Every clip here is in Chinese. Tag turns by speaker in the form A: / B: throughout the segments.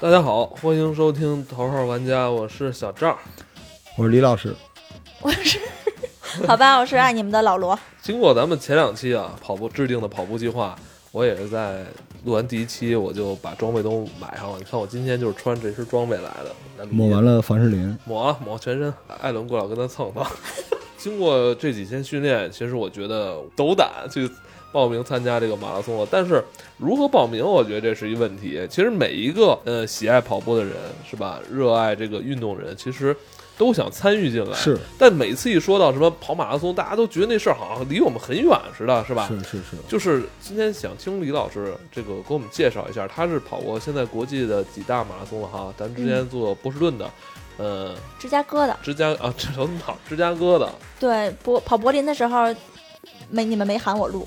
A: 大家好，欢迎收听《头号玩家》，我是小赵。
B: 我是李老师，
C: 我是 好吧，我是爱你们的老罗。
A: 经过咱们前两期啊跑步制定的跑步计划，我也是在录完第一期我就把装备都买上了。你看我今天就是穿这身装备来的，那
B: 抹完了凡士林，
A: 抹了抹全身，艾伦过来我跟他蹭 蹭。经过这几天训练，其实我觉得斗胆去报名参加这个马拉松了。但是如何报名，我觉得这是一问题。其实每一个呃喜爱跑步的人是吧，热爱这个运动人，其实都想参与进来。
B: 是
A: 但每次一说到什么跑马拉松，大家都觉得那事儿好像离我们很远似的，是吧？
B: 是是是，
A: 就是今天想听李老师这个给我们介绍一下，他是跑过现在国际的几大马拉松了哈，咱之前做波士顿的，呃，
C: 芝加哥的，
A: 芝加啊，这都哪儿？芝加哥的，
C: 对，柏跑柏林的时候，没你们没喊我录，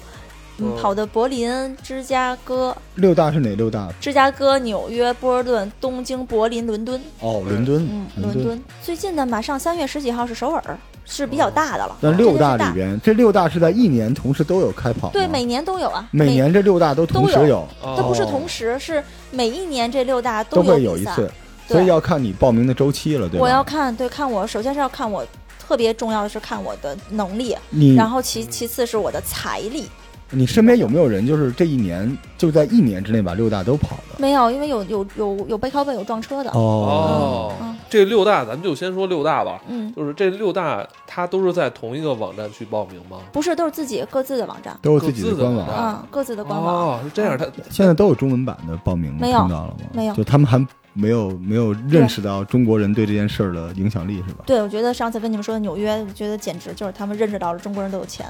C: 嗯，
B: 哦
A: 嗯
C: 跑的柏林、芝加哥、
B: 六大是哪六大？
C: 芝加哥、纽约、波士顿、东京、柏林、伦敦，
B: 哦，伦敦，
C: 嗯，
B: 伦
C: 伦
B: 敦。哦
C: 敦。最近的马上三月十几号是首尔，是比较大的了。
B: 那六大
C: 这件
B: 里
C: 事
B: 边，这六大是在一年同时都有开跑吗
C: 对，每年都有啊，
B: 哦每年这六大都同时
C: 都有
B: 有，
A: 啊
C: 都不是同时，是每一年这六大
B: 都会
C: 有
B: 有
C: 比
B: 一
C: 赛。
B: 次，
C: 对
B: 所以要看你报名的周期了，对吧？
C: 我要看，对，看我首先是要看我特别重要的是看我的能力，
A: 嗯
B: 你
C: 然后其其次是我的财力。
B: 你身边有没有人就是这一年就在一年之内把六大都跑的？
C: 没有，因为有有有有背靠背有撞车的。
A: 哦，
C: 嗯
A: 这六大咱们就先说六大吧，
C: 嗯，
A: 就是这六大，它都是在同一个网站去报名吗？
C: 不是，都是自己各自的网站，
B: 都有自己
A: 各自
B: 的官
A: 的
B: 网，
A: 啊
C: 嗯，各自的官网。
A: 哦，是这样，它
B: 现在都有中文版的报名，
C: 没有
B: 听到了吗？
C: 没有
B: 就他们还没有没有认识到中国人对这件事儿的影响力，是吧？
C: 对，我觉得上次跟你们说的纽约，我觉得简直就是他们认识到了中国人都有钱，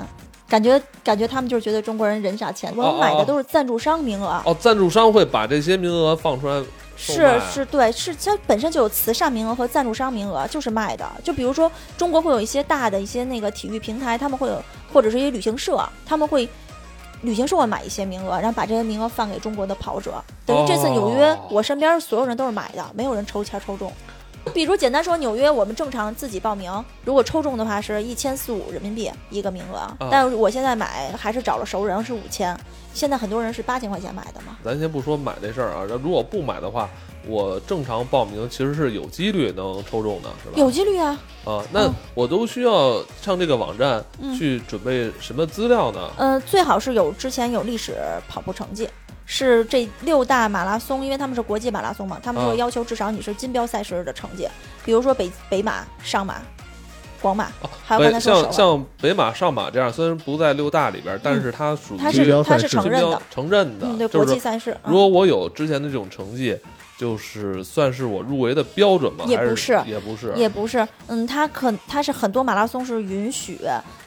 C: 感觉感觉他们就是觉得中国人人傻钱。我
A: 哦
C: 们买
A: 哦
C: 的都是赞助商名额，
A: 哦，赞助商会把这些名额放出来，售卖
C: 是是，对，是它本身就有慈善名额和赞助商名额，就是卖的。就比如说中国会有一些大的一些那个体育平台，他们会有或者是一些旅行社，他们会。旅行社会买一些名额，然后把这些名额放给中国的跑者。等于这次纽约
A: 哦，
C: 我身边所有人都是买的，没有人抽签抽中。比如简单说，纽约我们正常自己报名，如果抽中的话是一千四五人民币一个名额
A: 啊，
C: 但是我现在买还是找了熟人是五千，现在很多人是八千块钱买的嘛。
A: 咱先不说买这事儿啊，如果不买的话，我正常报名其实是有几率能抽中的，是吧？
C: 有几率啊，
A: 啊，那
C: 嗯
A: 我都需要上这个网站
C: 嗯
A: 去准备什么资料呢？
C: 呃，最好是有之前有历史跑步成绩，是这六大马拉松，因为他们是国际马拉松嘛，他们就
A: 啊
C: 会要求至少你是金标赛事的成绩，比如说北北马、上马、广马，还有刚
A: 北
C: 才说
A: 哦像
C: 的啊首尔，
A: 像北马、上马这样，虽然不在六大里边，但是它属于
C: 嗯它
B: 金
C: 是
B: 标
C: 它
B: 赛
C: 是
B: 事
C: 承认
A: 金标
C: 的，
A: 承认的，
C: 嗯，对，
A: 就
C: 国
A: 是
C: 际
A: 说
C: 赛事，
A: 如果我有之前的这种成绩，就是算是我入围的标准吗？
C: 也
A: 还
C: 不
A: 是
C: 是，
A: 也不是，
C: 嗯、也不是，嗯，它可它是很多马拉松是允许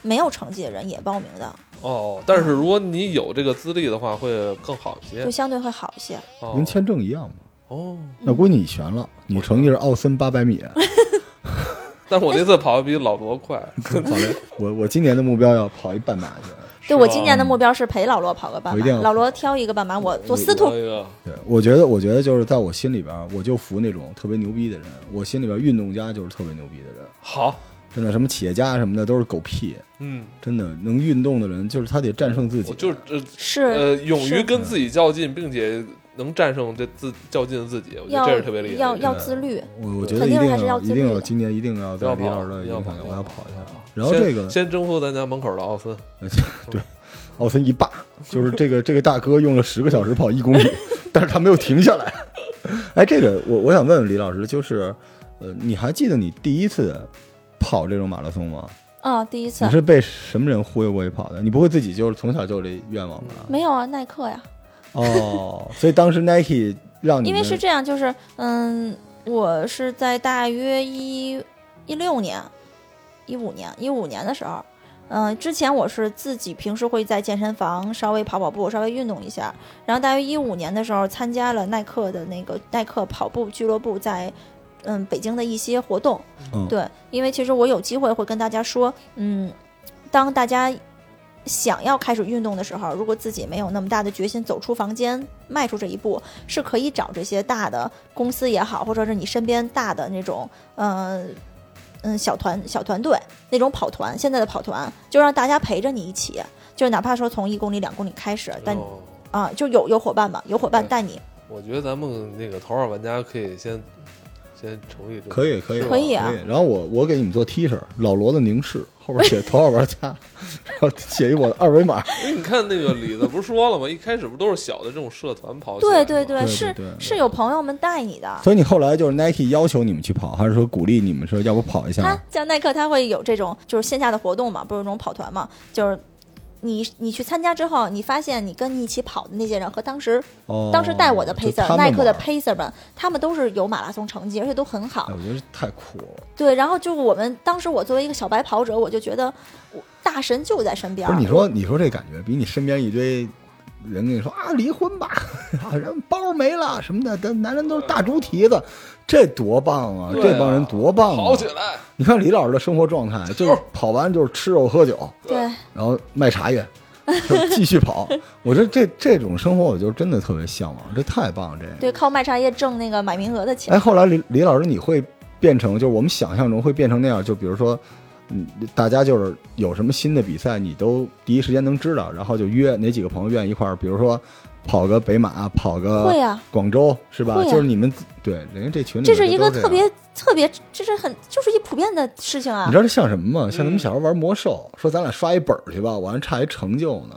C: 没有成绩的人也报名的，
A: 哦。但是如果你有这个资历的话，会更好一些
C: 就。相对会好一些。
A: 哦
B: 跟签证一样嘛。
A: 哦，
B: 那
C: 嗯
B: 估计你悬了，你成绩是奥森八百米。
A: 但是我那次跑的比老罗 快，
B: 好嘞，我我今年的目标要跑一半马去。
A: 是
C: 对
A: 吧
C: 我今年的目标是陪老罗跑个
B: 我
C: 半
B: 一定要
C: 马，老罗挑一个半马，我做司徒
A: 哎，呀
B: 对，我觉得我觉得就是在我心里边儿，我就服那种特别牛逼的人。我心里边儿运动家就是特别牛逼的人，
A: 好，
B: 真的什么企业家什么的都是狗屁。
A: 嗯，
B: 真的能运动的人，就是他得战胜自己。
A: 我就是呃
C: 是
A: 呃，勇于
C: 是
A: 跟自己较劲，并且能战胜这自较劲的自己，我觉得
C: 要
A: 这是特别厉害的。
C: 要要
B: 对
C: 自律。
B: 我我觉得
C: 肯
B: 一
C: 定
B: 定
C: 还是要
B: 要
C: 自
B: 一定
C: 律
B: 要
C: 的
B: 今年一定要在
A: 要
B: 李
A: 跑
B: 老师的
A: 要
B: 影
A: 跑
B: 响下，
A: 要
B: 我要
A: 跑
B: 跑一
A: 要
B: 下啊
A: 跑。
B: 然后
A: 先
B: 这个
A: 先征服咱家门口的奥森，
B: 对，奥森一霸，就是这个这个大哥用了十个小时跑一公里， 但是他没有停下来。 哎，这个我我想问问李老师，就是，呃，你还记得你第一次跑这种马拉松吗？
C: 啊、第一次
B: 你是被什么人忽悠过去跑的？你不会自己就是从小就有这愿望吧？
C: 没有啊，耐克呀，
B: 哦，所以当时 Nike 让你
C: 因为
B: 们
C: 是这样，就是嗯，我是在大约一一六年、一五年、一五年的时候，嗯，之前我是自己平时会在健身房稍微跑跑步，稍微运动一下，然后大约一五年的时候参加了耐克的那个耐克跑步俱乐部在。嗯，北京的一些活动，
B: 嗯
C: 对，因为其实我有机会会跟大家说，嗯，当大家想要开始运动的时候，如果自己没有那么大的决心走出房间，迈出这一步，是可以找这些大的公司也好，或者是你身边大的那种，嗯、嗯，小团小团队那种跑团，现在的跑团就让大家陪着你一起，就是哪怕说从一公里、两公里开始，但
A: 哦
C: 啊，就有有伙伴嘛，有伙伴
A: 对
C: 带你
A: 我觉得咱们那个头号玩家可以先先成立这个，
B: 可以可以
A: 是吧
C: 可以啊
B: 对，然后我我给你们做 T 恤，老罗的凝视后边写头号玩家，然后写一我的二维码，
A: 因为哎你看那个李子不是说了吗？一开始不都是小的这种社团跑起来
C: 对
A: 吗？
C: 对对，
B: 对
C: 是
B: 对对
C: 是有朋友们带你的。
B: 所以你后来就是 Nike 要求你们去跑，还是说鼓励你们说要不跑一
C: 他
B: 下？
C: 像耐克，他会有这种就是线下的活动嘛，不是有那种跑团嘛，就是你你去参加之后，你发现你跟你一起跑的那些人和当时
B: 哦，
C: 当时带我的
B: 就
C: pacer、
B: 他们
C: 耐克的
B: 玩
C: pacer 们，他们都是有马拉松成绩，而且都很好
B: 哎，。我觉得太酷了。
C: 对，然后就我们当时我作为一个小白跑者，我就觉得我大神就在身边
B: 不
C: 儿。
B: 是你说，你说这感觉比你身边一堆人跟你说啊离婚吧， 啊人包没了什么的，咱男人都是大猪蹄子，这多棒啊！
A: 对啊
B: 这帮人多棒啊！
A: 跑起来，
B: 你看李老师的生活状态，
A: 哦
B: 就是跑完就是吃肉喝酒，
C: 对，
B: 然后卖茶叶，就继续跑。 我说这这种生活，我就真的特别向往，这太棒了！这个
C: 对，靠卖茶叶挣那个买名额的钱。
B: 哎，后来李李老师，你会变成就是我们想象中会变成那样，就比如说，嗯，大家就是有什么新的比赛，你都第一时间能知道，然后就约哪几个朋友愿意一块儿，比如说跑个北马，跑个
C: 会啊，
B: 广州，是吧？
C: 会啊
B: 就是你们对，人家这群里
C: 这
B: 面
C: 是一个
B: 都这样
C: 特别特别，这是很就是一普遍的事情
B: 你
C: 啊
B: 知。道这像什么吗？像
C: 嗯
B: 咱们小时候玩魔兽，说咱俩刷一本儿去吧，我还差一成就呢，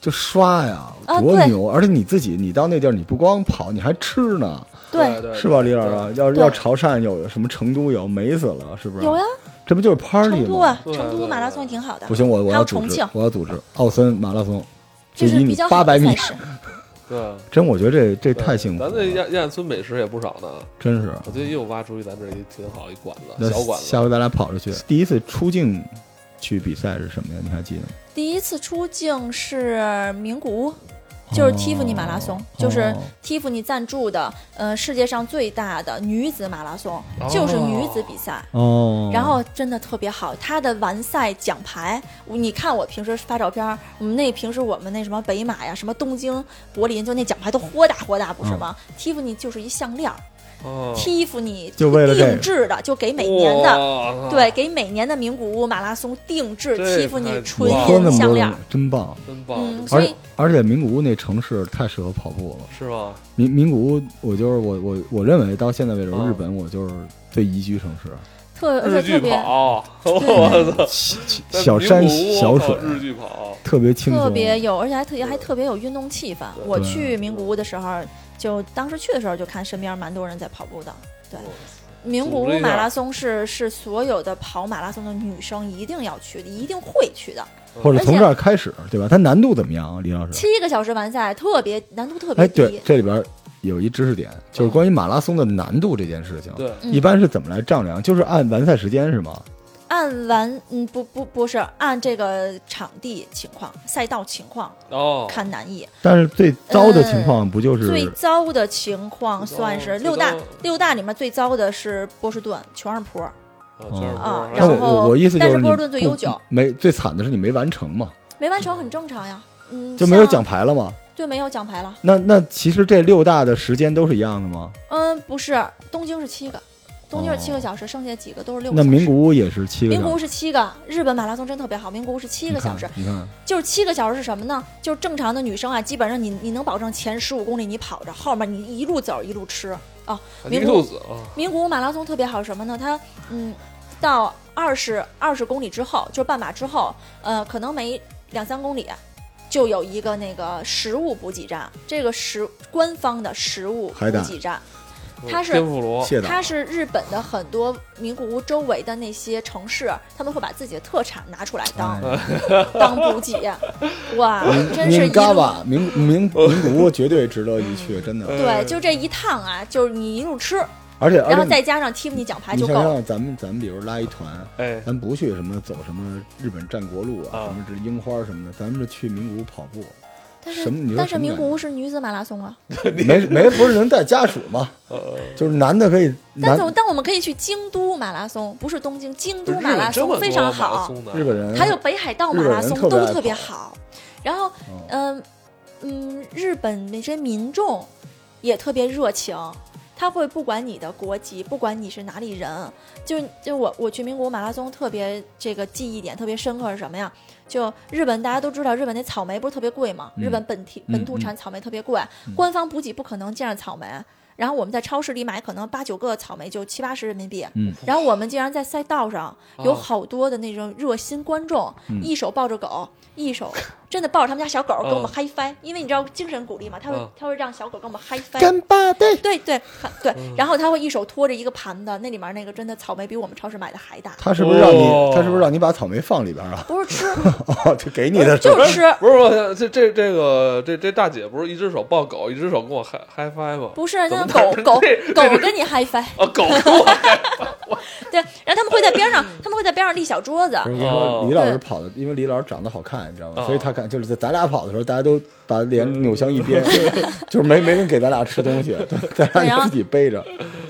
B: 就刷呀，
C: 啊
B: 多
C: 对
B: 牛！而且你自己，你到那地儿，你不光跑，你还吃呢，
A: 对，对
B: 是吧，李老师啊？？要
C: 对
B: 要潮汕有什么成都有，美死了，是不是？
C: 有呀，
B: 这不就是 party
C: 成都
B: 吗
C: 啊？，
A: 对
C: 成
A: 对
C: 都马拉松
A: 对
C: 挺好的
B: 不，行，我我
C: 还
B: 要
C: 有
B: 组
C: 重
B: 织
C: 庆，
B: 我要组织奥森马拉松，
C: 就是
B: 以
C: 比
B: 你
C: 较
B: 八
C: 好
B: 百
C: 的
B: 米
C: 赛，事。
A: 对，
B: 真我觉得这这
A: 对
B: 太幸福
A: 咱这
B: 了，
A: 亚亚运村美食也不少呢，
B: 真是。
A: 我最近又挖出一咱这儿一挺好一馆
B: 那
A: 子，小馆子
B: 下。回咱俩跑着去。第一次出境去比赛是什么呀？你还记得吗？
C: 第一次出境是名古屋，就是
B: 哦
C: Tiffany 马拉松，就是
B: 哦
C: Tiffany 赞助的，呃，世界上最大的女子马拉松，
A: 哦
C: 就是女子比赛。
B: 哦，
C: 然后真的特别好，她的完赛奖牌，你看我平时发照片儿，我们那平时我们那什么北马呀，什么东京、柏林，就那奖牌都豁大豁大，不是吗、蒂 t i f f a n y 就是一项链儿、
A: 嗯哦，
C: t i f f a n y
B: 就为了这个
C: 定制的，就给每年的，
A: 哇，
C: 对，给每年的名古屋马拉松定制
A: 这
C: t i f f a n
A: 太
C: y 纯
A: 哇
B: 你喝那
C: 银
B: 么
C: 项
B: 多
C: 链
B: 东
C: 儿
B: 西，，真棒！
A: 真棒，
C: 嗯所
B: 而
C: 以
B: 且而且名古屋那城市太适合跑步了。
A: 是吗？
B: 名名古屋，我就是我我我认为到现在为止，
A: 嗯
B: 日本我就是最宜居城市。
C: 特而
A: 日
C: 且特
A: 剧
C: 别
A: 跑， 我操，在
B: 嗯小山
A: 名古屋
B: 小
A: 我靠
B: 水，
A: 日剧跑，
B: 特别 轻松，
C: 特别有，而且还特别还
A: 对
C: 特别有运动气氛。
A: 对
C: 我去名古屋的时候，就当时去的时候就看身边蛮多人在跑步的。对，名
A: 组
C: 古
A: 织
C: 屋
A: 一下
C: 马拉松是是所有的跑马拉松的女生一定要去的，一定会去的。
B: 或者从
C: 而且
B: 这儿开始，对吧？它难度怎么样啊，李老师？
C: 七个小时完赛，特别难度特别
B: 哎，对
C: 低，。
B: 这里边有一知识点，就是关于马拉松的难度这件事情。
A: 对，
C: 嗯
B: 一般是怎么来丈量？就是按完赛时间是吗？
C: 按完嗯不不不是按这个场地情况、赛道情况
A: 哦，
C: 看难易。
B: 但是最糟的情况不就是
C: 嗯最糟的情况
A: 最糟
C: 算
A: 最
C: 是六大
A: 糟
C: 六大里面最糟的是波士顿全是坡。
A: 啊就是
C: 啊
A: 不是
B: 那
C: 然
B: 我
C: 后
B: 我我意思就
C: 但是
B: 你
C: 波士顿最悠久
B: 不没最惨的是你没完成嘛，
C: 没完成很正常呀，嗯，
B: 就没有
C: 像
B: 奖，牌了嘛。
C: 对，没有奖牌了。
B: 那那其实这六大的时间都是一样的吗？
C: 嗯，不是，东京是七个，东京是七
B: 哦
C: 个小时，剩下几个都是六个
B: 那
C: 小时。
B: 名古屋也是七个
C: 名
B: 小
C: 古
B: 时
C: 屋，是七个，日本马拉松真特别好，名古屋是七
B: 你
C: 个
B: 看
C: 小时，
B: 你看，
C: 就是七个小时是什么呢？就是正常的女生啊，基本上你你能保证前十五公里你跑着，后面你一路走一路吃啊。名古
A: 六
C: 屋
A: 子啊，
C: 名古屋马拉松特别好什么呢？它嗯，到二十二十公里之后，就是半马之后，呃，可能每两三公里就有一个那个食物补给站，这个食官方的食物
B: 海
C: 补
B: 胆
C: 给站，它是
A: 天妇罗，
B: 谢
C: 它是日本的很多名古屋周围的那些城市，他们会把自己的特产拿出来当、
B: 哎
C: 当 补给，哇，真是
B: 宁
C: 一
B: 嘎
C: 路。
B: 瓦名名名古屋绝对值得一去，真的。
C: 对，就这一趟啊，就是你一路吃，
B: 而且而
C: 然后
B: 且
C: 再加上 Tiffany 奖牌
B: 你
C: 就够
B: 想
C: 了。
B: 想，咱们咱们比如拉一团，
A: 哎，
B: 咱不去什么走什么日本战国路
A: 啊
B: 啊，什么这樱花什么的，咱们是去名古屋跑步，
C: 但
B: 什么你
C: 是
B: 说
C: 但
B: 什
C: 是
B: 么
C: 名
B: 感
C: 古屋是女子马拉松啊，
B: 没没不是能带家属吗？
A: 呃，
B: 就是男的可以
C: 但
B: 男
C: 总但我们可以去京都马拉松，不是东京，京
A: 不是
C: 都马拉
A: 日本这么
C: 松
A: 多
C: 非常
A: 马拉
C: 好，
A: 松呢
B: 日本人
C: 还有北海道马拉松
B: 日本人特别爱
C: 都
B: 跑
C: 特别好。然后，嗯嗯，日本那些民众也特别热情，他会不管你的国籍，不管你是哪里人，就就我我去名古屋马拉松特别这个记忆点特别深刻是什么呀？就日本大家都知道，日本那草莓不是特别贵吗？
B: 嗯
C: 日本本体
B: 嗯
C: 本土产草莓特别贵，官方补给不可能见着草莓。然后我们在超市里买，可能八九个草莓就七八十人民币。
B: 嗯
C: 然后我们竟然在赛道上
A: 哦
C: 有好多的那种热心观众，
B: 嗯
C: 一手抱着狗，一手 真的抱着他们家小狗跟我们
A: 哦
C: 嗨翻，因为你知道精神鼓励嘛，他会、
A: 哦
C: 他会让小狗跟我们嗨翻。
B: 干巴的，
C: 对对很对，
A: 嗯
C: 然后他会一手托着一个盘子，那里面那个真的草莓比我们超市买的还大，
B: 他是不是让你
A: 哦
B: 他是不是让你把草莓放里边啊？
C: 不是吃，
B: 哦，就给你的是吧
C: 就是吃，
A: 不是我想，这这这个这这大姐不是一只手抱狗，一只手跟我嗨嗨翻吗？
C: 不是那
A: 怎么
C: 狗
A: 能
C: 狗
A: 这
C: 狗
A: 这
C: 跟你嗨翻，
A: 啊，狗跟我嗨
C: 对，然后他们会在边上，
A: 嗯
C: 他们会在边上立小桌子，
B: 不是我说
A: 哦
B: 李老师跑的，因为李老师长得好看，你知道吗？
A: 哦
B: 所以他看就是在咱俩跑的时候，大家都把脸扭向一 边，就是没没人给咱俩吃东西，都咱
C: 然
B: 俩
C: 后
B: 自己背着。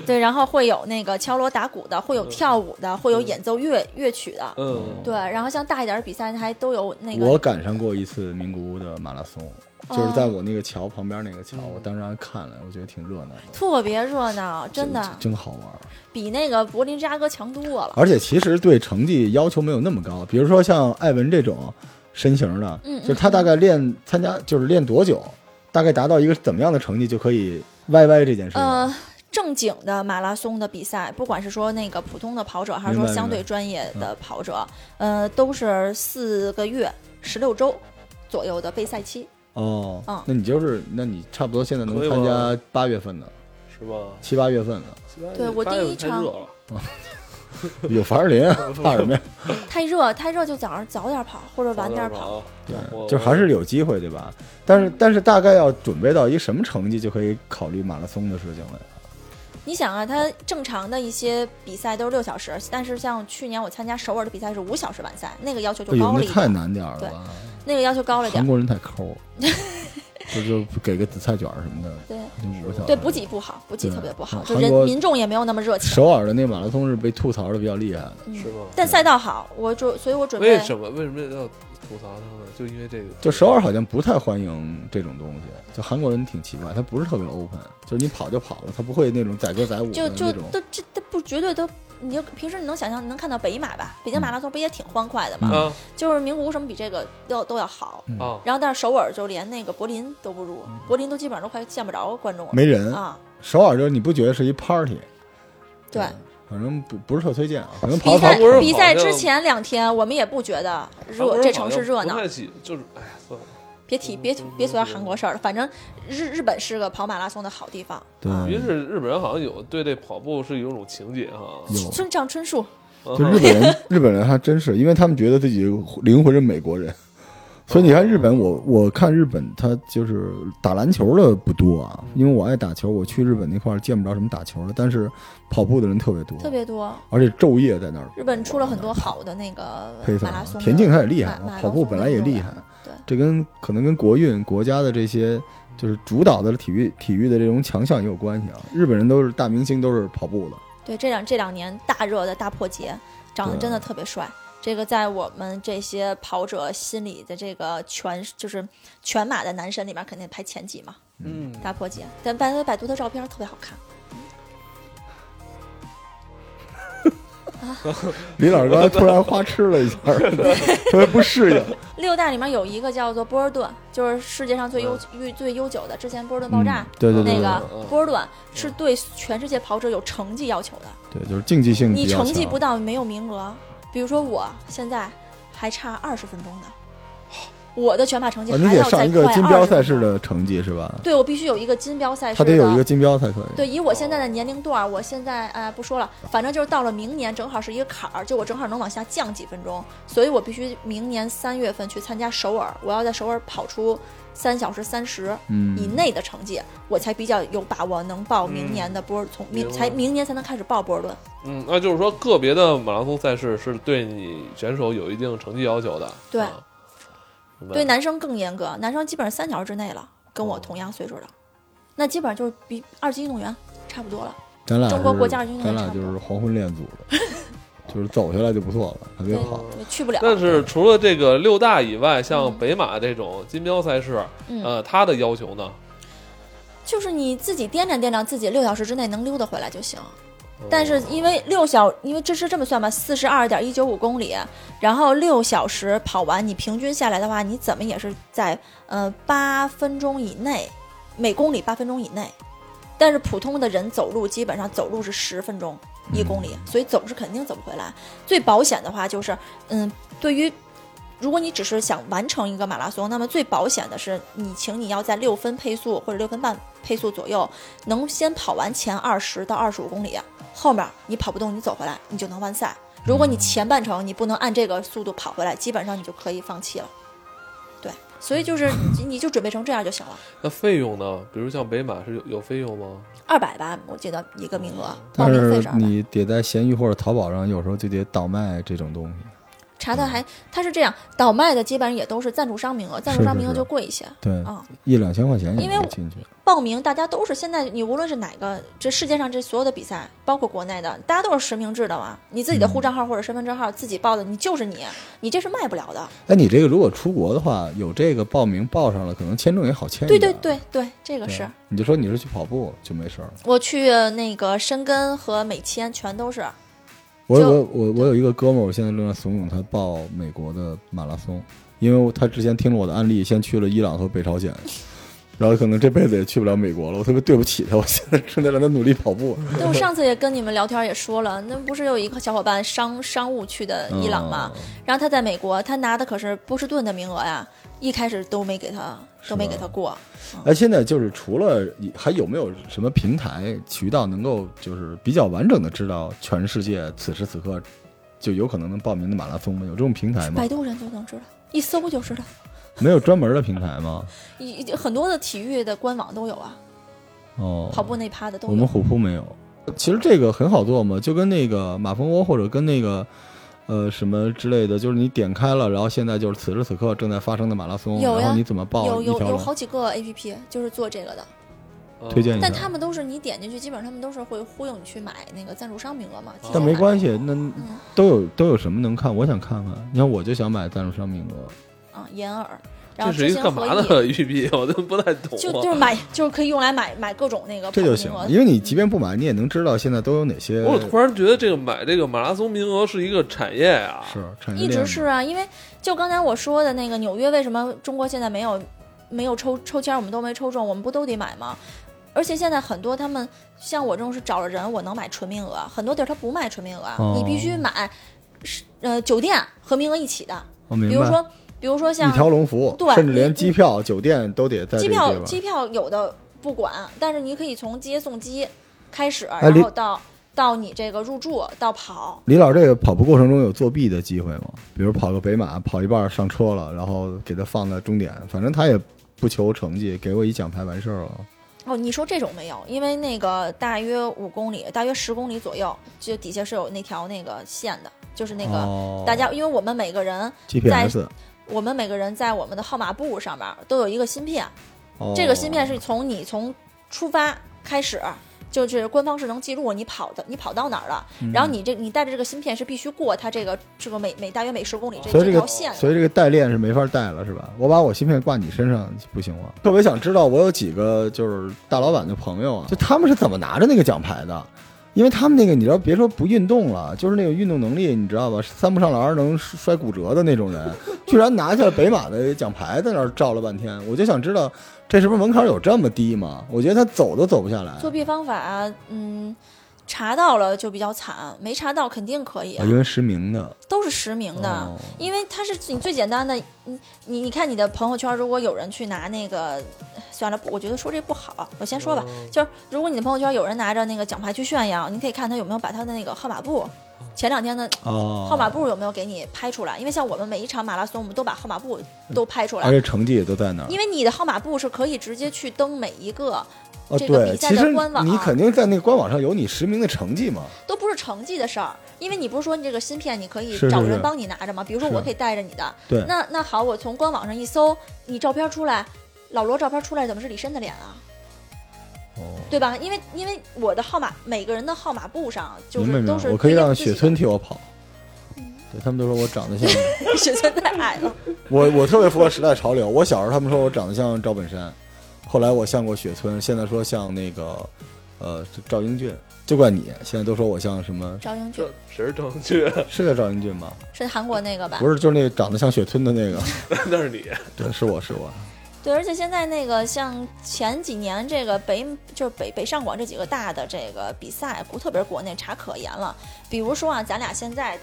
C: 对，然后会有那个敲锣打鼓的，会有跳舞的，会有演奏乐乐曲的，
A: 嗯，
C: 对，然后像大一点的比赛还都有那
B: 我
C: 个，
B: 赶上过一次名古屋的马拉松，就是
C: 哦嗯
B: 在我那个桥旁边那个桥，我当时还看了，我觉得挺热闹的，
C: 特别热闹，真的
B: 真好玩。
C: 比那个柏林芝加哥强多了。
B: 而且其实对成绩要求没有那么高，比如说像艾文这种身形的，
C: 嗯嗯
B: 就是他大概练参加就是练多久，大概达到一个怎么样的成绩就可以 YY 这件事情。
C: 呃，正经的马拉松的比赛，不管是说那个普通的跑者，还是
B: 明
C: 说
B: 白嗯
C: 相对专业的跑者，呃，都是四个月、十六周左右的备赛期。
B: 哦，
C: 嗯
B: 那你就是，那你差不多现在能
A: 可以吗
B: 参加八月份的、
A: 是吗？
B: 七八月份的，
C: 对我第一场
A: 太热了
B: 有凡士林啊， 怕什么呀？
C: 太热，太热就早上早点跑，或者晚点跑。
A: 跑，
B: 对
A: 啊我，
B: 就还是有机会，对吧？但
C: 嗯
B: 是但是大概要准备到一什么成绩就可以考虑马拉松的事情了？
C: 你想啊，它正常的一些比赛都是六小时，但是像去年我参加首尔的比赛是五小时完赛，那个要求就
B: 哎呦，
C: 高了
B: 那
C: 一
B: 太
C: 点，
B: 难点儿了吧？
C: 那个要求高了点
B: 韩。国人太抠 儿，就就给个紫菜卷儿什么的，
C: 对
B: 就五个小时。
C: 对，补给不好，补给特别不好，
B: 对
C: 就
B: 韩
C: 人
B: 国
C: 民众也没有那么热情。
B: 首尔的那马拉松是被吐槽的比较厉害的，
A: 是吗？
C: 但赛道好，我准，所以我准备
A: 为什么为什么要吐槽他们？就因为这个，
B: 就首尔好像不太欢迎这种东西，就韩国人挺奇怪，他不是特别 open，就是你跑就跑了，他不会那种载歌载舞
C: 就
B: 的
C: 就
B: 那种。
C: 都这这不绝对都，你就平时你能想象你能看到北马吧？北京马拉松不也挺欢快的嘛？
A: 啊
C: 就是名古屋什么比这个要都要好。
B: 嗯
A: 啊，
C: 然后但是首尔就连那个柏林都不如，柏林都基本上都快见不着观众了。
B: 没人，
C: 啊，
B: 首尔就是你不觉得是一 party，
C: 对，
B: 反正不不是特推 荐啊。反正跑着
C: 比
B: 跑
C: 赛
A: 韩国人好像
C: 比赛之前两天我们也不觉得
A: 韩国
C: 热，
A: 人
C: 这城市热
A: 好像
C: 闹
A: 不。太喜，就是哎呀，算了，
C: 别提别
B: 嗯
C: 别说韩国事儿了，反正日日本是个跑马拉松的好地方。
B: 对
C: 啊
A: 哎因为是日本人好像有对这跑步是有一种情结哈，啊
B: 有，
C: 村上春树，
B: 就日本 人日本人还真是，因为他们觉得自己灵魂是美国人，
C: 哦
B: 所以你看日本，我我看日本他就是打篮球的不多啊，因为我爱打球，我去日本那块儿见不着什么打球的，但是跑步的人特别多，
C: 特别多。
B: 而且昼夜在那儿。
C: 日本出了很多好的那个
B: 配色
C: 马拉松的，
B: 田径他也厉害啊
C: 马马拉，松
B: 跑步本来也厉害
C: 运动。对
B: 这跟可能跟国运国家的这些就是主导的体育体育的这种强项也有关系啊。日本人都是大明星都是跑步的，
C: 对，这两这两年大热的大破节，长得
B: 对
C: 真
A: 啊
C: 的特别帅。这个在我们这些跑者心里的这个全就是全马的男神里面，肯定排前几嘛。
A: 嗯，
C: 大破节，但百百度的照片特别好看。
B: 李老师刚才突然花痴了一下， 特别不适应。
C: 六大里面有一个叫做波尔顿，就是世界上最悠悠最悠久的，之前波尔顿爆炸
B: 嗯，对对对
C: 那
B: 对
C: 个
A: 嗯嗯嗯
C: 波尔顿是对全世界跑者有成绩要求的，
B: 对，就是竞技性比
C: 你
B: 较强。
C: 成绩不到没有名额。比如说我现在还差二十分钟呢，我的全马成绩
B: 啊，你
C: 还
B: 得
C: 要
B: 上
C: 再
B: 一个
C: 快
B: 金标
C: 二
B: 赛
C: 十
B: 事。的成绩是吧？
C: 对，我必须有一个金标赛事
B: 他
C: 的。
B: 得有一个金标才可以。
C: 对，以我现在的年龄段儿，我现在哎、不说了，反正就是到了明年正好是一个坎儿，就我正好能往下降几分钟，所以我必须明年三月份去参加首尔，我要在首尔跑出三小时三十
B: 嗯，
C: 以内的成绩，我才比较有把握能报明年的波尔，从明
A: 明白
C: 才明年才能开始报波尔顿。
A: 嗯，那就是说个别的马拉松赛事是对你选手有一定成绩要求的，
C: 对
A: 啊明白
C: 对男生更严格，男生基本上三小时之内了，跟
A: 哦
C: 我同样岁数的，那基本上就是比二级运动员差不多了。
B: 咱俩
C: 中国
B: 是
C: 国家二军运动
B: 咱
C: 员
B: 俩
C: 差不
B: 就
C: 多
B: 是黄昏恋组的， 就是走下来就不错了，还没
C: 对
B: 跑。，
C: 对去不了。
A: 但是除了这个六大以外，像
C: 嗯
A: 北马这种金标赛事，
C: 嗯
A: 呃，它的要求呢？
C: 就是你自己掂量掂量自己，六小时之内能溜达回来就行。
A: 哦
C: 但是因为六小，因为这是这么算吧，四十二点一九五公里，然后六小时跑完，你平均下来的话，你怎么也是在呃八分钟以内，每公里八分钟以内。但是普通的人走路基本上走路是十分钟一公里，所以走是肯定走不回来。最保险的话就是，嗯，对于如果你只是想完成一个马拉松，那么最保险的是你，请你要在六分配速或者六分半配速左右，能先跑完前二十到二十五公里，后面你跑不动，你走回来，你就能完赛。如果你前半程你不能按这个速度跑回来，基本上你就可以放弃了。对，所以就是你你就准备成这样就行了，
A: 那费用呢？比如像北马是有有费用吗？
C: 二百吧，我记得一个名额，报
B: 但
C: 名费
B: 是
C: 是二百。
B: 你得在闲鱼或者淘宝上，有时候就得倒卖这种东西。
C: 查的还，它是这样，倒卖的基本上也都是赞助商名额，赞助
B: 是
C: 商
B: 是
C: 名额
B: 是
C: 就贵一些啊。
B: 对，一两千块钱也
C: 因为
B: 能进去。
C: 报名大家都是现在你无论是哪个，这世界上这所有的比赛，包括国内的，大家都是实名制的嘛。你自己的
B: 嗯
C: 护照号或者身份证号自己报的，你就是你，你这是卖不了的。
B: 哎，你这个如果出国的话，有这个报名报上了，可能签证也好签一
C: 对
B: 点
C: 对对对，这个是
B: 你就说你是去跑步就没事儿了。
C: 我去那个申根和美签全 都是，
B: 我
C: 就
B: 我我我有一个哥们儿，我现在正在怂恿他报美国的马拉松，因为他之前听了我的案例，先去了伊朗和北朝鲜， 然后可能这辈子也去不了美国了。我特别对不起他，我现在正在让他努力跑步。
C: 对我上次也跟你们聊天也说了，那不是有一个小伙伴商商务去的伊朗吗？
B: 嗯
C: 然后他在美国，他拿的可是波士顿的名额呀，一开始都没给他都没给他过。
B: 哎，现在就是除了还有没有什么平台渠道能够就是比较完整的知道全世界此时此刻就有可能能报名的马拉松吗？有这种平台吗
C: 百？度上就能知道，一搜就知道。
B: 没有专门的平台吗？
C: 一很多的体育的官网都有啊，
B: 哦，
C: 跑步那趴的都有。
B: 我们虎扑没有。其实这个很好做嘛，就跟那个马蜂窝或者跟那个呃什么之类的，就是你点开了，然后现在就是此时此刻正在发生的马拉松，
C: 有呀
B: 然后你怎么报
C: 有
B: 一
C: 有
B: 条
C: 有
B: 龙
C: 好几个 A P P 就是做这个的，
A: 呃
B: 推荐一下
C: 但他们都是你点进去，基本上他们都是会忽悠你去买那个赞助商名额嘛。
B: 但没关系，那
C: 嗯
B: 都有都有什么能看？我想看看。你看，我就想买赞助商名额，
C: 啊，眼耳，
A: 这
C: 然后
A: 是
C: 知
A: 一
C: 行
A: 个干
C: 合
A: 嘛的
C: 一，
A: APP？我 都不太懂
C: 就
A: 啊
C: 就是买，就是可以用来买买各种那个
B: 这
C: 跑
B: 就
C: 步
B: 行
C: 名
B: 了。
C: 额
B: 因为你即便不买，你也能知道现在都有哪些
A: 我突然觉得这个买这个马拉松名额是一个产业啊，
B: 是产业
C: 一
B: 链
C: 直
B: 嘛。
C: 是啊，因为就刚才我说的那个纽约，为什么中国现在没有没有抽抽签儿，我们都没抽中，我们不都得买吗？而且现在很多他们像我这种是找了人，我能买纯名额，很多地儿他不卖纯名额，
B: 哦
C: 你必须买是呃酒店和名额一起的，
B: 我明
C: 比
B: 白。
C: 如说比如说
B: 一
C: 像
B: 条龙服务，
C: 对
B: 甚至连
C: 你
B: 机票、酒店都得在这
C: 机
B: 个地
C: 票
B: 方。
C: 机票有的不管，但是你可以从接送机开始，
B: 李
C: 然后到到你这个入住到跑，
B: 李老，这个跑步过程中有作弊的机会吗？比如跑个北马，跑一半上车了，然后给他放在终点，反正他也不求成绩，给我一奖牌完事儿了。
C: 哦，你说这种没有，因为那个大约五公里，大约十公里左右，就底下是有那条那个线的，就是那个、
B: 哦
C: 大家，因为我们每个人，
B: GPS，、
C: 我们每个人在我们的号码簿上面都有一个芯片，
B: 哦、
C: 这个芯片是从你从出发开始。就是官方是能记录你跑的，你跑到哪儿了，
B: 嗯
C: 然后你这你带着这个芯片是必须过它这个这个每每大约每十公里这
B: 所以
C: 这
B: 这个
C: 条线的，
B: 所以这个代练是没法带了，是吧？我把我芯片挂你身上不行吗？特别想知道，我有几个就是大老板的朋友啊，就他们是怎么拿着那个奖牌的？因为他们那个，你知道，别说不运动了，就是那个运动能力，你知道吧？三步上篮能摔骨折的那种 人，居然拿下北马的奖牌，在那儿照了半天。我就想知道，这是不是门槛有这么低吗？我觉得他走都走不下来。
C: 作弊方法，嗯，查到了就比较惨，没查到肯定可以
B: 啊，
C: 啊
B: 因为实名的，
C: 都是实名的，
B: 哦
C: 因为它是你最简单的。你你你看你的朋友圈，如果有人去拿那个，算了，不我觉得说这不好，我先说吧。就是如果你的朋友圈有人拿着那个奖牌去炫耀，你可以看他有没有把他的那个号码布，前两天的
B: 哦，
C: 号码布有没有给你拍出来。因为像我们每一场马拉松，我们都把号码布都拍出来
B: 而，且成绩也都在那儿。
C: 因为你的号码布是可以直接去登每一个，
B: 哦，
C: 这个
B: 对，
C: 比赛
B: 其
C: 的
B: 实
C: 官网啊
B: 你肯定在那个官网上有你实名的成绩嘛。
C: 都不是成绩的事儿。因为你不是说你这个芯片你可以
B: 是是
C: 找
B: 是
C: 人帮你拿着吗？比如说
B: 是
C: 我可以带着你的，
B: 对，
C: 那那好，我从官网上一搜，你照片出来，老罗照片出来怎么是李申的脸啊？
B: 哦，
C: 对吧？因为因为我的号码，每个人的号码簿上就
B: 明白
C: 是
B: 明
C: 都
B: 白，
C: 是
B: 我可以
C: 对应
B: 让
C: 自己
B: 雪
C: 的
B: 村替我跑。对他们都说我长得 像
C: 雪村太 矮了，
B: 我，我特别符合时代潮流。我小时候他们说我长得像赵本山，后来我像过雪村，现在说像那个呃，赵英俊，就怪你，现在都说我像什 么？
C: 赵英俊
A: 这谁是郑钧？
B: 是叫赵英俊吗？
C: 是韩国那个吧？
B: 不是，就是那长得像雪村的 那个。
A: 那是你。
B: 对，是我是我。
C: 对，而且现在那个像前几年这个北就是北北上广这几个大的这个比赛，国特别是国内查可严了。比如说啊，咱俩现在，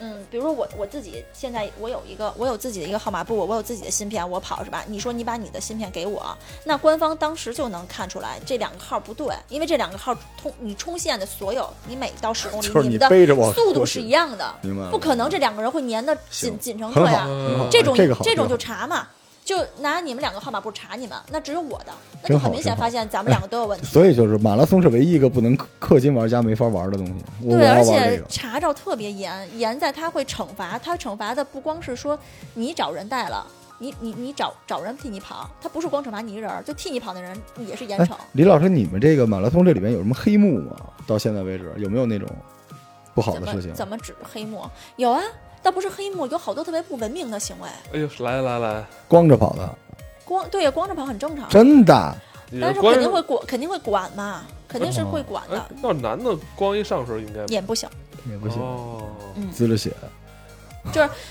C: 嗯，比如说我我自己现在我有一个我有自己的一个号码布，我有自己的芯片，我跑是吧？你说你把你的芯片给我，那官方当时就能看出来这两个号不对，因为这两个号通你冲线的所有，你每到十公里，
B: 就是你
C: 你们的
B: 背着我，
C: 速度
B: 我
C: 是一样的，
B: 明白了
C: 不可能这两个人会粘的紧
B: 行
C: 紧成这
B: 很好，
C: 样。
B: 很好
C: 这种、
B: 啊这个好，
C: 种
B: 个
C: 就
B: 好
C: 查嘛，就拿你们两个号码布查你们，那只有我的，那就
B: 真好
C: 很明显
B: 真好
C: 发现咱们两个都 有问题。
B: 所以就是马拉松是唯一一个不能氪氪金玩家没法玩的东西。我我
C: 对，
B: 要
C: 而
B: 玩这
C: 且
B: 个，
C: 查着特别严，严在他会惩罚，他惩罚的不光是说你找人带了，你你你找找人替你跑，他不是光惩罚你一人儿，就替你跑的人也是严
B: 哎
C: 惩。
B: 李老师，你们这个马拉松这里边有什么黑幕吗？到现在为止有没有那种不好
C: 怎
B: 的
C: 么
B: 事情？
C: 怎么指黑幕？有啊，倒不是黑幕，有好多特别不文明的行为。
A: 哎呦，来来来，
B: 光着跑
C: 啊
B: 的，
C: 光对光着跑很正常，
B: 真的？
A: 你
C: 但
A: 这
C: 是
A: 光
C: 肯定会管，肯定会管嘛，肯定是会管的，
A: 哎，要是男的光一上身应该
C: 也不行。
B: 也不行，
A: 哦，
B: 滋了血。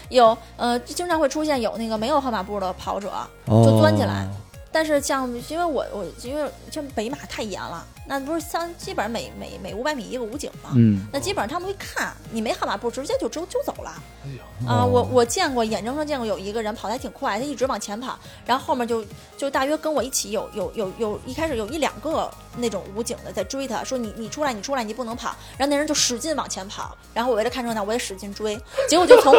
C: 有呃，经常会出现有那个没有号码布的跑者，
B: 哦
C: 就钻起来。啊但是像因为我我因为这北马太严了，那不是像基本上每每每五百米一个武警嘛，
B: 嗯，
C: 那基本上他们会看你没号码布，直接就就就走了
A: 哎呦，
C: 啊、我
B: 哦
C: 我见过眼睁睁见过有一个人跑得还挺快，他一直往前跑，然后后面就就大约跟我一起有有有有一开始有一两个那种武警的在追他，说你你出来你出来你不能跑，然后那人就使劲往前跑，然后我为了看热闹我也使劲追，结果就从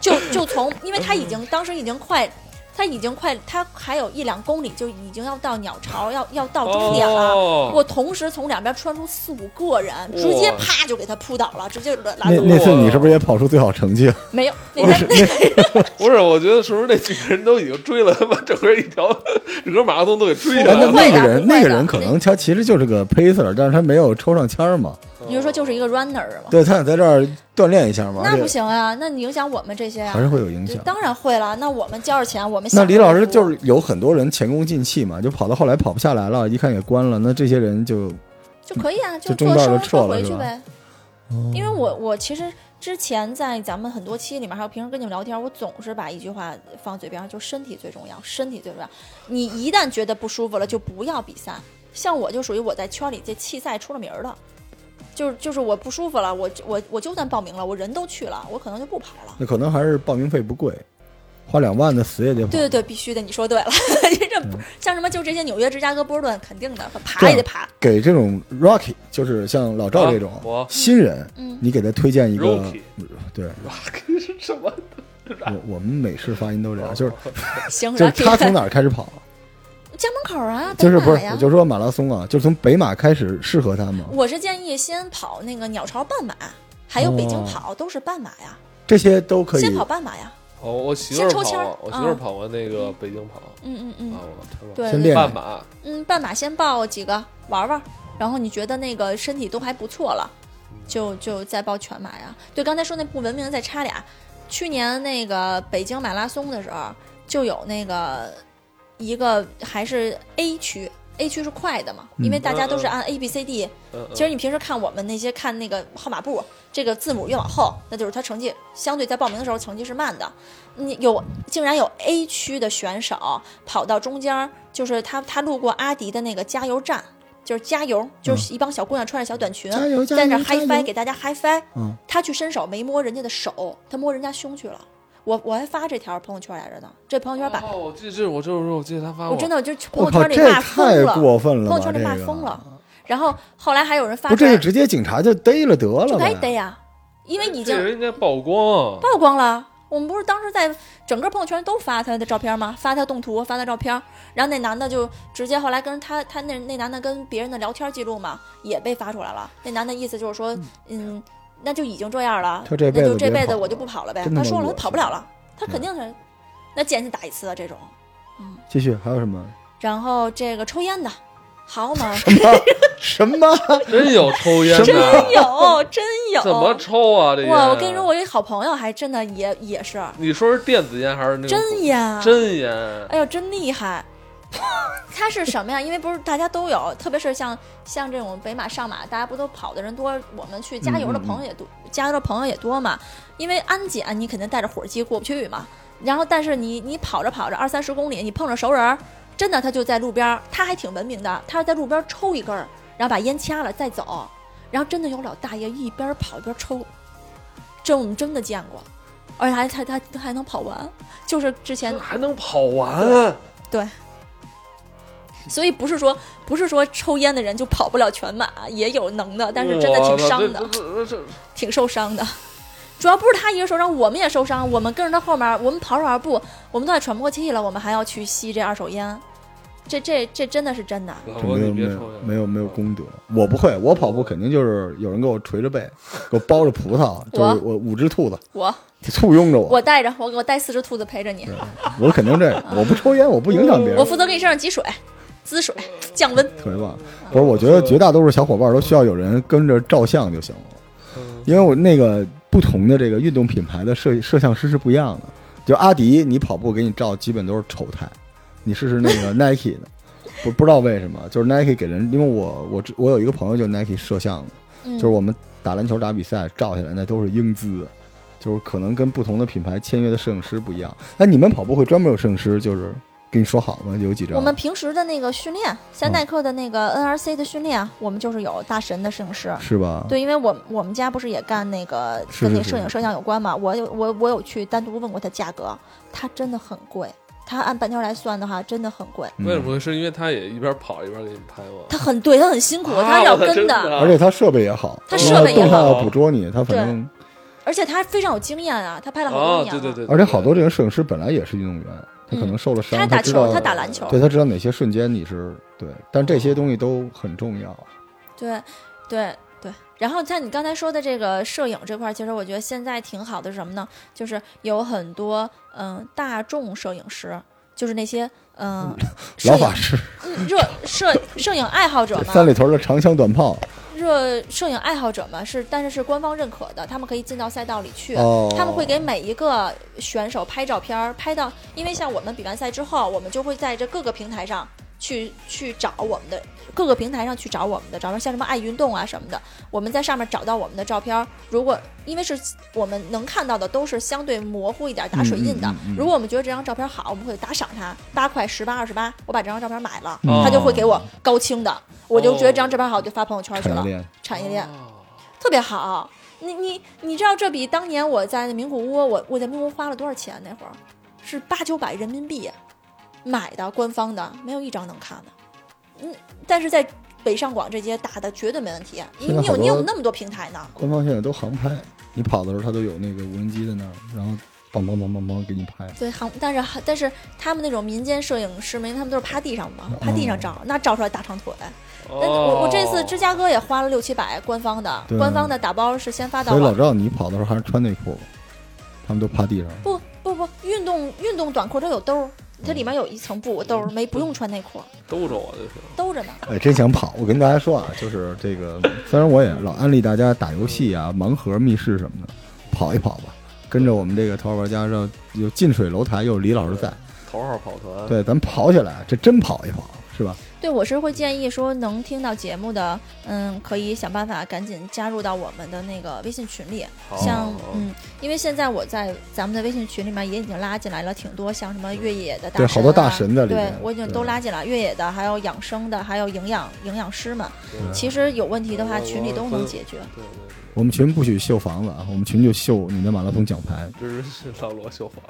C: 就就从，因为他已经当时已经快。他已经快，他还有一两公里就已经要到鸟巢，要要到终点了。
A: 哦
C: 我同时从两边穿出四五个人，直接啪就给他扑倒了，直接拉拉
B: 那
C: 走。
B: 那次你是不是也跑出最好成绩了？
C: 没有，那
B: 不是
C: 天那
A: 不是，我觉得是不是那几个人都已经追了他妈整个一条整个马拉松都给追
B: 哎
A: 上了？
B: 那那
C: 不会
B: 个
C: 的
B: 人，
C: 不会的
B: 那个人可能他其实就是个 pacer，但是他没有抽上签儿嘛。
C: 你就说就是一个 runner 嘛，
B: 对，他想在这儿锻炼一下嘛，
C: 哦那
B: 而
C: 不
B: 且
C: 行啊，那你影响我们这些啊
B: 还是。会有影
C: 这
B: 响。
C: 当然会了，那我们交着钱，我们
B: 那
C: 想
B: 李老师
C: 着
B: 就是有很多人前功尽弃嘛，就跑到后来跑不下来了，一看也关了，那这些人就
C: 就可以啊，就
B: 就中
C: 坐
B: 道
C: 收
B: 就
C: 拾车
B: 撤了
C: 回
B: 是
C: 去
B: 吧哦
C: 呗。因为我我其实之前在咱们很多期里面，还有平时跟你们聊天，我总是把一句话放嘴边，就身体最重要，身体最重要。你一旦觉得不舒服了，就不要比赛。像我就属于我在圈里这弃赛出了名儿的，就是就是我不舒服了，我我我就算报名了，我人都去了，我可能就不跑了。
B: 那可能还是报名费不贵，花两万的死也得跑。
C: 对对对，必须的，你说对了， 这不像什么就这些纽约、芝加哥、波士顿，肯定的，
B: 嗯这
C: 爬
B: 样
C: 也得爬。
B: 给这种 Rocky，就是像老赵这种、
A: 啊我
B: 新人，
C: 嗯
B: 你给他推荐一个
A: Rocky
B: 对
A: 是什么？
B: 我我们美式发音都这样，
C: 哦
B: 就是
C: 行，
B: 就是
C: 然后这
B: 他
C: 个
B: 从哪儿开始跑，
C: 家门口啊，
B: 就是
C: 北
B: 不
C: 马
B: 是
C: 呀
B: 我就说马拉松啊，就是从北马开始适合他吗？
C: 我是建议先跑那个鸟巢半马，还有北京跑，都是半马呀，
B: 这些都哦可以
C: 先跑半马呀。
A: 哦，我媳妇儿跑
C: 先抽签儿
A: 过，我媳妇儿
C: 嗯
A: 跑过那个北京跑
C: 嗯嗯
A: 啊，
B: 哦
C: 嗯，
A: 我她跑
C: 对
B: 先
C: 对
B: 练
A: 半马，
C: 嗯，半马先报几个玩玩，然后你觉得那个身体都还不错了，就就再报全马呀。对，刚才说那不文明的再插俩，去年那个北京马拉松的时候，就有那个一个还是 A 区。A 区是快的嘛，
B: 嗯
C: 因为大家都是按 A B C D
A: 嗯，嗯
C: 其实你平时看我们那些看那个号码布，这个字母越往后，那就是他成绩相对在报名的时候成绩是慢的。你有竟然有 A 区的选手跑到中间儿，就是他他路过阿迪的那个加油站，就是加油，就是一帮小姑娘穿着小短裙，
B: 嗯加油加
C: 在那
B: 油
C: 嗨
B: 加
C: 翻
B: 油
C: 给大家嗨翻。
B: 嗯，
C: 他去伸手没摸人家的手，他摸人家胸去了。我我还发这条朋友圈来着呢，这朋友圈把、
A: 哦，我记这我就是我记得她发过，
C: 我真的就朋
B: 我
C: 友
B: 靠，
C: 圈里
B: 这也
C: 骂
B: 太
C: 疯了，
B: 过分了
C: 朋
B: 吧！
C: 友圈里
B: 这
C: 骂
B: 个
C: 疯了。然后后来还有人发
B: 不，这
C: 出来
B: 个直接警察就逮了得了
C: 就
B: 呗。
C: 该逮呀，因为已经
A: 这人应该曝光，啊
C: 曝光了。我们不是当时在整个朋友圈都发他的照片吗？发他动图，发他照片，然后那男的就直接后来跟他他那那男的跟别人的聊天记录嘛，也被发出来了。那男的意思就是说，嗯，那就已经这样了，
B: 他这辈
C: 那
B: 子
C: 就这
B: 别
C: 辈子
B: 跑
C: 我就
B: 了
C: 不跑了呗。
B: 真他
C: 他
B: 妈
C: 说了，
B: 恶
C: 他跑不
B: 心
C: 了了，他
B: 嗯
C: 肯定是，那见去打一次啊这种。
B: 继续还有什么？
C: 然后这个抽烟的，好 嘛，
B: 什么？
A: 真有抽烟
B: 什
A: 的，
C: 有真有，
A: 怎么抽啊？这
C: 哇！
A: 烟
C: 我跟你说，我一好朋友还真的也也是
A: 你说是电子烟还是那种
C: 真烟，
A: 真烟？
C: 哎呦，真厉害！ 它是什么呀？因为不是大家都有，特别是像像这种北马、上马，大家不都跑的人多，我们去加油的朋友也多，加油的朋友也多嘛。因为安检你肯定带着火机过不去嘛，然后但是你你跑着跑着二三十公里，你碰着熟人儿，真的他就在路边儿，他还挺文明的，他是在路边儿抽一根儿，然后把烟掐了再走，然后真的有老大爷一边跑一边抽，这我们真的见过，而且还他他他还能跑完，就是之前
A: 还能跑完？啊
C: 所以不是说不是说抽烟的人就跑不了全马，也有能的，但是真的
A: 嗯我
C: 挺
A: 操
C: 伤
A: 这
C: 的，
A: 这这这
C: 挺受伤的。主要不是他一个人受伤，我们也受伤。我们跟着他后面，我们跑着跑着步，我们都快喘不过气了，我们还要去吸这二手烟，这这这真的是真的。
A: 老
B: 就
A: 婆
B: 没
A: 你啊
B: 有没
A: 别
B: 有
A: 抽烟，
B: 没有没有功德，我不会，我跑步肯定就是有人给我捶着背，给我包着葡萄，就是我五只兔子
C: 我
B: 簇拥着我，
C: 我带着我我带四只兔子陪着你，
B: 我肯定这个，我不抽烟，我不影响别人
C: 我，负责给你身上挤水、滋水、降温。
B: 特别棒。不是，我觉得绝大多数小伙伴都需要有人跟着照相就行了，
A: 嗯
B: 因为我那个不同的这个运动品牌的摄摄像师是不一样的。就阿迪，你跑步给你照基本都是丑态，你试试那个 Nike 的，不不知道为什么，就是 Nike 给人，因为我我知我有一个朋友就 Nike 摄像的。
C: 嗯，
B: 就是我们打篮球打比赛照下来那都是英姿，就是可能跟不同的品牌签约的摄影师不一样。那你们跑步会专门有摄影师，就是跟你说好吗？有几张？
C: 我们平时的那个训练，像
B: 嗯
C: 耐克的那个 NRC 的训练，我们就是有大神的摄影师。
B: 是吧？
C: 对，因为我我们家不是也干那个
B: 啊是
C: 跟
B: 是
C: 那
B: 是
C: 摄影摄像有关嘛，我有我我有去单独问过它价格，它真的很贵，它按半天来算的话，真的很贵，
B: 嗯
A: 为什？么？是因为他也一边跑一边给你拍吗？
C: 它很对，它很辛苦，它
A: 啊
C: 要
A: 我
C: 跟
A: 真的
C: 的，
A: 啊
B: 而且他设备也好，
C: 他
B: 因
C: 设备
B: 为
C: 也
B: 动画
A: 好
B: 要捕捉你，他反正，
C: 而且它非常有经验啊，它拍了好多
A: 哦，
C: 年
A: 对
C: 了，
A: 对对，
B: 而且好多这个摄影师本来也是运动员，他可能受了
C: 它
B: 伤，
C: 打
B: 知
C: 球，
B: 道
C: 它，嗯打篮球，
B: 对他知道哪些瞬间你是对，但这些东西都很重要。
C: 对，对，对。然后像你刚才说的这个摄影这块儿，其实我觉得现在挺好的是什么呢？就是有很多嗯、大众摄影师，就是那些嗯、摄
B: 老法
C: 影
B: 师，
C: 嗯热摄摄影爱好者
B: 三
C: 嘛，
B: 里屯的长枪短炮
C: 热摄影爱好者嘛是，但是是官方认可的，他们可以进到赛道里去。啊
B: 哦，
C: 他们会给每一个选手拍照片儿，拍到，因为像我们比完赛之后，我们就会在这各个平台上去去找我们的各个平台上去找我们的照片，像什么爱运动啊什么的，我们在上面找到我们的照片儿。如果因为是我们能看到的都是相对模糊一点打水印的，
B: 嗯嗯嗯嗯
C: 如果我们觉得这张照片好，我们会打赏他八块、十八、二十八，我把这张照片买了，
B: 嗯
C: 他就会给我高清的，我就觉得这张照片好，我就发朋友圈去
B: 产业
C: 了。
B: 链，
C: 产业链，特别好。你你你知道这比当年我在那名古屋，我我在名古屋花了多少钱？那会儿是八九百人民币买的，官方的，没有一张能看的。嗯，但是在北上广这些大的绝对没问题。你
B: 现在
C: 你有
B: 好多
C: 你有那么多平台呢，
B: 官方现在都航拍，你跑的时候它都有那个无人机在那儿，然后梆梆梆梆梆给你拍。
C: 对，航但是但是他们那种民间摄影师们，他们都是趴地上
B: 嗯
C: 嘛，趴地上照，那照出来大长腿。那
A: 哦
C: 我我这次芝加哥也花了六七百，官方的，
B: 对
C: 官方的打包是先发到
B: 所以
C: 网
B: 老赵，你跑的时候还是穿内裤吧，他们都趴地上。
C: 不不不，运动运动短裤它有兜儿，它里面有一层布兜儿，没不用穿内裤，
A: 兜着我这是。
C: 兜着呢。
B: 哎，真想跑！我跟大家说啊，就是这个，虽然我也老安利大家打游戏啊、盲盒、密室什么的，跑一跑吧。跟着我们这个《头号玩家》上有近水楼台，又有李老师在，
A: 头号跑团，
B: 对，咱跑起来，这真跑一跑，是吧？
C: 对，我是会建议说，能听到节目的，嗯，可以想办法赶紧加入到我们的那个微信群里。
B: 哦
A: 好
C: 像
A: 好
C: 嗯，因为现在我在咱们的微信群里面也已经拉进来了挺多，像什么越野的大神、
B: 对
C: 啊，
B: 好多大神在里
C: 对
B: 面
C: 我已经
B: 对
C: 都拉进来，越野的，还有养生的，还有营养营养师们。
A: 对
C: 其实有问题的话，
A: 我
C: 群里
A: 我
C: 都
A: 分
C: 能解决。
A: 对对
B: 我们群不许秀房子啊，我们群就秀你的马拉松奖牌。
A: 对，这是老罗秀房。